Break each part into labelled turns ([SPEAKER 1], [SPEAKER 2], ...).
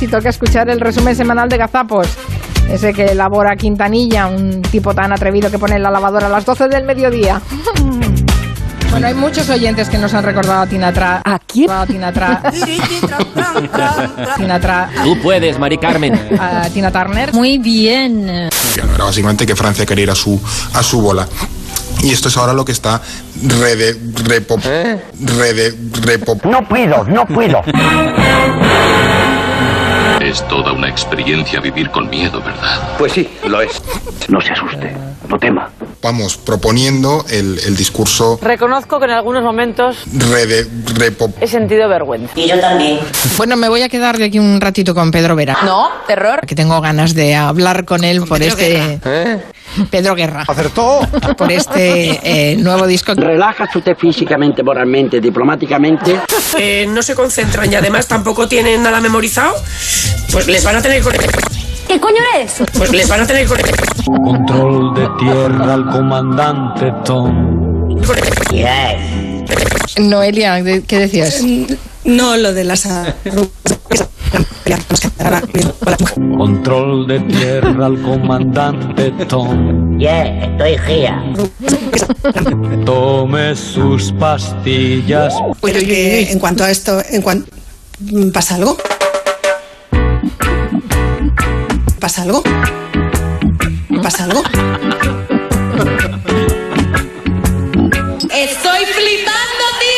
[SPEAKER 1] y toca escuchar el resumen semanal de Gazapos. Ese que elabora Quintanilla, un tipo tan atrevido que pone en la lavadora a las 12 del mediodía. Bueno, hay muchos oyentes que nos han recordado a Tina Tra.
[SPEAKER 2] ¿A quién?
[SPEAKER 1] A Tina Tra. Tina Tra.
[SPEAKER 3] Tú puedes, Mari Carmen.
[SPEAKER 1] A Tina Turner.
[SPEAKER 2] Muy bien.
[SPEAKER 4] Era básicamente que Francia quería ir a su, a su bola. Y esto es ahora lo que está rede, repop, rede, repop.
[SPEAKER 5] No puedo, no puedo.
[SPEAKER 6] Es toda una experiencia vivir con miedo, ¿verdad?
[SPEAKER 7] Pues sí, lo es. No se asuste, no tema.
[SPEAKER 4] Vamos proponiendo el, el discurso
[SPEAKER 8] Reconozco que en algunos momentos
[SPEAKER 4] rede, repop.
[SPEAKER 8] he sentido vergüenza.
[SPEAKER 9] Y yo también.
[SPEAKER 1] Bueno, me voy a quedar de aquí un ratito con Pedro Vera.
[SPEAKER 10] No, error.
[SPEAKER 1] Que tengo ganas de hablar con él por
[SPEAKER 10] Pedro
[SPEAKER 1] este. Pedro Guerra.
[SPEAKER 7] ¡Acertó!
[SPEAKER 1] Por este eh, nuevo disco.
[SPEAKER 5] Relajas usted físicamente, moralmente, diplomáticamente.
[SPEAKER 11] eh, no se concentran y además tampoco tienen nada memorizado, pues les van a tener que...
[SPEAKER 12] ¿Qué coño era eso?
[SPEAKER 11] Pues les van a tener que...
[SPEAKER 13] Control de tierra al comandante Tom.
[SPEAKER 1] Noelia, ¿de- ¿qué decías?
[SPEAKER 14] No lo de las arrugas.
[SPEAKER 13] Control de tierra al comandante Tom.
[SPEAKER 9] Yeah, estoy gira.
[SPEAKER 13] Tome sus pastillas.
[SPEAKER 14] Porque en cuanto a esto, en cuanto pasa algo. ¿Pasa algo? ¿Pasa algo?
[SPEAKER 12] ¡Estoy flipando, tío!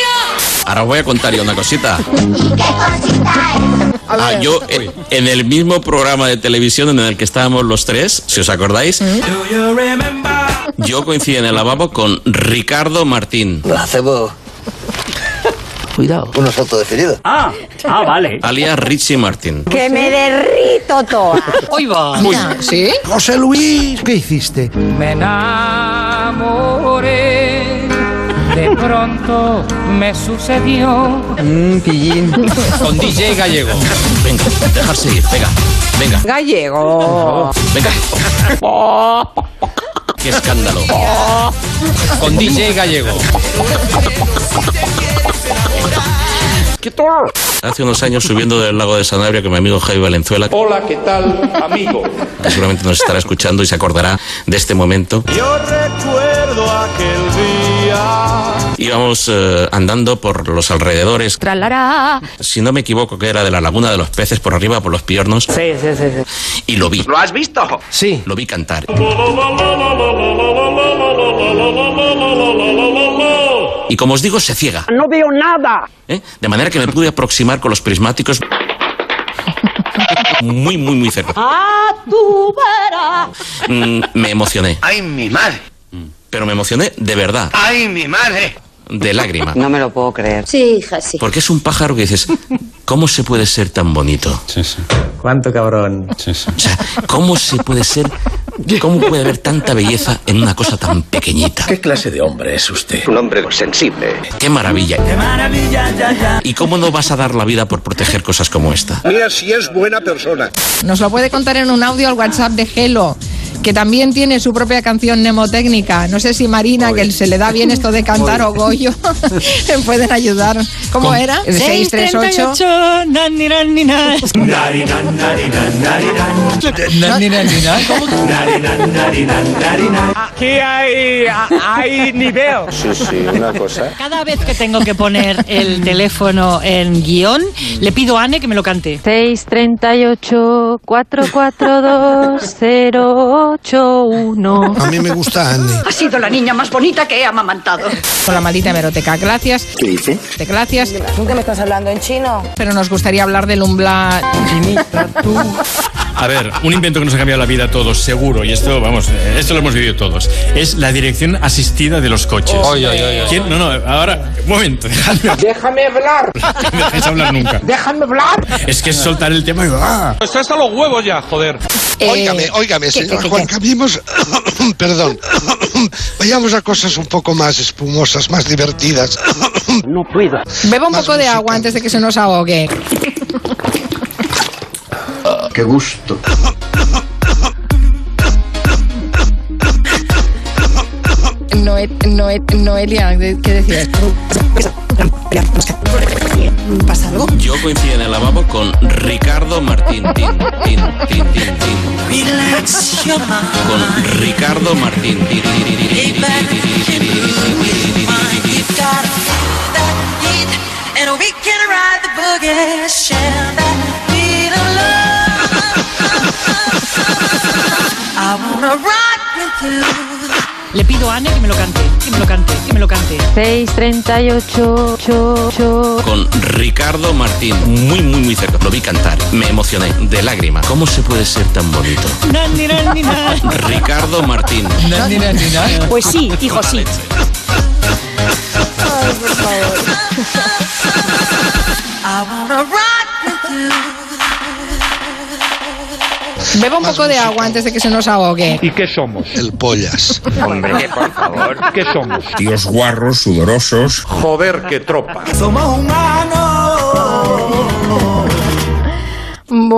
[SPEAKER 3] Ahora os voy a contar yo una cosita. Ah, yo eh, en el mismo programa de televisión en el que estábamos los tres, si os acordáis, yo coincidí en el lavabo con Ricardo Martín,
[SPEAKER 7] Lo hacemos. Cuidado. Un asalto definido.
[SPEAKER 5] Ah, ah, vale.
[SPEAKER 3] alias Richie Martín.
[SPEAKER 10] Que me derrito toda.
[SPEAKER 7] Hoy va.
[SPEAKER 1] Ah, ¿Sí?
[SPEAKER 7] José Luis, ¿qué hiciste?
[SPEAKER 13] Me enamoré. De pronto me sucedió.
[SPEAKER 3] Con DJ Gallego. Venga, dejarse ir, venga, venga,
[SPEAKER 10] Gallego.
[SPEAKER 3] venga. ¡Qué escándalo! Con DJ Gallego. Hace unos años subiendo del lago de Sanabria con mi amigo Javi Valenzuela.
[SPEAKER 13] Hola, ¿qué tal, amigo?
[SPEAKER 3] que seguramente nos estará escuchando y se acordará de este momento.
[SPEAKER 13] Yo recuerdo aquel día.
[SPEAKER 3] Íbamos eh, andando por los alrededores,
[SPEAKER 2] Tralará.
[SPEAKER 3] si no me equivoco, que era de la laguna de los peces por arriba, por los piornos,
[SPEAKER 7] Sí, sí, sí. sí.
[SPEAKER 3] y lo vi,
[SPEAKER 7] ¿Lo has visto? Sí.
[SPEAKER 3] lo vi cantar. Y como os digo, se ciega,
[SPEAKER 5] No veo nada.
[SPEAKER 3] ¿eh? de manera que me pude aproximar con los prismáticos muy, muy, muy cerca. Mm, me emocioné,
[SPEAKER 7] ¡Ay, mi madre!
[SPEAKER 3] pero me emocioné de verdad,
[SPEAKER 7] ¡Ay, mi madre!
[SPEAKER 3] de lágrima.
[SPEAKER 10] No me lo puedo creer.
[SPEAKER 12] Sí, hija, sí.
[SPEAKER 3] Porque es un pájaro que dices, ¿cómo se puede ser tan bonito?
[SPEAKER 7] ¿Cuánto cabrón?
[SPEAKER 3] O sea, ¿cómo se puede ser, cómo puede haber tanta belleza en una cosa tan pequeñita?
[SPEAKER 7] ¿Qué clase de hombre es usted? Un hombre sensible.
[SPEAKER 3] ¡Qué maravilla! ¿Y cómo no vas a dar la vida por proteger cosas como esta?
[SPEAKER 7] Mira si es buena persona.
[SPEAKER 1] Nos lo puede contar en un audio al WhatsApp de Gelo, que también tiene su propia canción mnemotécnica. No sé si Marina, que se le da bien esto de cantar, o Goyo, le pueden ayudar. ¿Cómo
[SPEAKER 3] Con-
[SPEAKER 1] era? El 638.
[SPEAKER 13] Aquí hay, hay nivel.
[SPEAKER 7] Sí, sí, una cosa.
[SPEAKER 2] Cada vez que tengo que poner eh, el teléfono en guión, le pido a Anne que me lo cante.
[SPEAKER 8] 638 442 081
[SPEAKER 4] A mí me gusta Andy.
[SPEAKER 12] Ha sido la niña más bonita que he amamantado.
[SPEAKER 1] Con la maldita hemeroteca. Gracias,
[SPEAKER 7] ¿Qué dice?
[SPEAKER 1] te gracias.
[SPEAKER 10] ¿Tú qué me estás hablando en chino?
[SPEAKER 1] Pero nos gustaría hablar del umbla.
[SPEAKER 15] A ver, un invento que nos ha cambiado la vida a todos, seguro, y esto, vamos, eh, esto lo hemos vivido todos, es la dirección asistida de los coches. ¿Quién? No, no, ahora, un momento, dejadme,
[SPEAKER 5] Déjame hablar.
[SPEAKER 15] no me dejáis hablar nunca.
[SPEAKER 5] Déjame hablar.
[SPEAKER 15] Es que es soltar el tema y ¡ah!
[SPEAKER 13] Está hasta los huevos ya, joder.
[SPEAKER 1] eh,
[SPEAKER 4] Óigame, óigame,
[SPEAKER 1] ¿qué,
[SPEAKER 4] señor
[SPEAKER 1] qué, qué,
[SPEAKER 4] Juan,
[SPEAKER 1] qué?
[SPEAKER 4] cambiemos, perdón, vayamos a cosas un poco más espumosas, más divertidas.
[SPEAKER 5] No puedo.
[SPEAKER 1] Beba un
[SPEAKER 4] Más
[SPEAKER 1] poco de
[SPEAKER 4] música.
[SPEAKER 1] agua antes de que se nos ahogue.
[SPEAKER 7] Qué gusto.
[SPEAKER 1] Noe- Noe- Noelia, ¿de- ¿qué decías?
[SPEAKER 14] la mosca. ¿Pasa algo?
[SPEAKER 3] Yo coincido en el lavabo con Ricardo Martín. Tin, tin, tin, tin, tin. Con Ricardo Martín. Tin, tin, tin, tin, tin, tin, tin, tin, tin, tin, tin, tin.
[SPEAKER 9] And we can ride the boogie, share that beat of love. I wanna rock with you.
[SPEAKER 2] Le pido a Anne que me lo cante, que me lo cante, que me lo cante.
[SPEAKER 8] 638 cho, cho.
[SPEAKER 3] Con Ricardo Martín. Muy, muy, muy cerca. Lo vi cantar. Me emocioné. De lágrima. ¿Cómo se puede ser tan bonito? Ricardo Martín.
[SPEAKER 16] Pues sí, hijo, sí.
[SPEAKER 9] I wanna rock with you.
[SPEAKER 1] Beba un poco de agua antes de que se nos ahogue.
[SPEAKER 17] ¿Y qué somos? El pollas. Hombre, que por favor. ¿Qué somos?
[SPEAKER 18] Tíos guarros, sudorosos.
[SPEAKER 17] Joder, qué tropa.
[SPEAKER 9] Somos humanos.